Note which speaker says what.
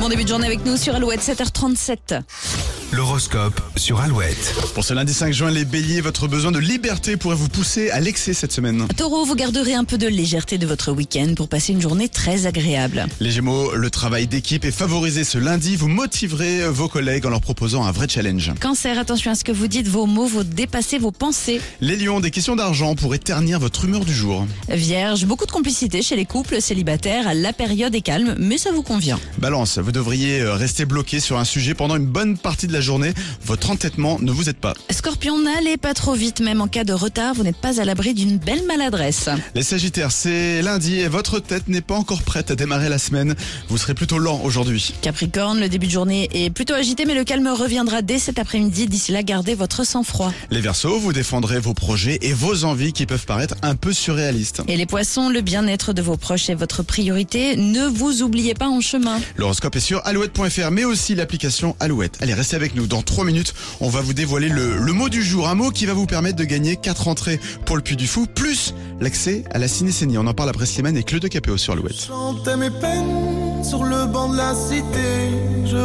Speaker 1: Bon début de journée avec nous sur Alouette, 7h37.
Speaker 2: L'horoscope sur Alouette.
Speaker 3: Pour ce lundi 5 juin, les béliers, votre besoin de liberté pourrait vous pousser à l'excès cette semaine.
Speaker 1: Taureau, vous garderez un peu de légèreté de votre week-end pour passer une journée très agréable.
Speaker 3: Les gémeaux, le travail d'équipe est favorisé ce lundi. Vous motiverez euh, vos collègues en leur proposant un vrai challenge.
Speaker 1: Cancer, attention à ce que vous dites, vos mots vont dépasser vos pensées.
Speaker 3: Les lions, des questions d'argent pourraient ternir votre humeur du jour.
Speaker 1: Vierge, beaucoup de complicité chez les couples célibataires, la période est calme, mais ça vous convient.
Speaker 3: Balance, vous devriez euh, rester bloqué sur un sujet pendant une bonne partie de la journée. Votre entêtement ne vous aide pas.
Speaker 1: Scorpion, n'allez pas trop vite, même en cas de retard, vous n'êtes pas à l'abri d'une belle maladresse.
Speaker 3: Les sagittaires, c'est lundi et votre tête n'est pas encore prête à démarrer la semaine. Vous serez plutôt lent aujourd'hui.
Speaker 1: Capricorne, le début de journée est plutôt agité, mais le calme reviendra dès cet après-midi. D'ici là, gardez votre sang-froid.
Speaker 3: Les versos, vous défendrez vos projets et vos envies qui peuvent paraître un peu surréalistes.
Speaker 1: Et les poissons, le bien-être de vos proches est votre priorité. Ne vous oubliez pas en chemin.
Speaker 3: L'horoscope est sur alouette.fr, mais aussi l'application Alouette. Allez, restez avec nous. Dans 3 minutes, on va vous dévoiler le, le mot du jour. Un mot qui va vous permettre de gagner 4 entrées pour le Puy du Fou, plus l'accès à la ciné On en parle après Slimane et Claude Capéo sur Alouette.
Speaker 4: Chantais mes peines sur le banc de la cité. Je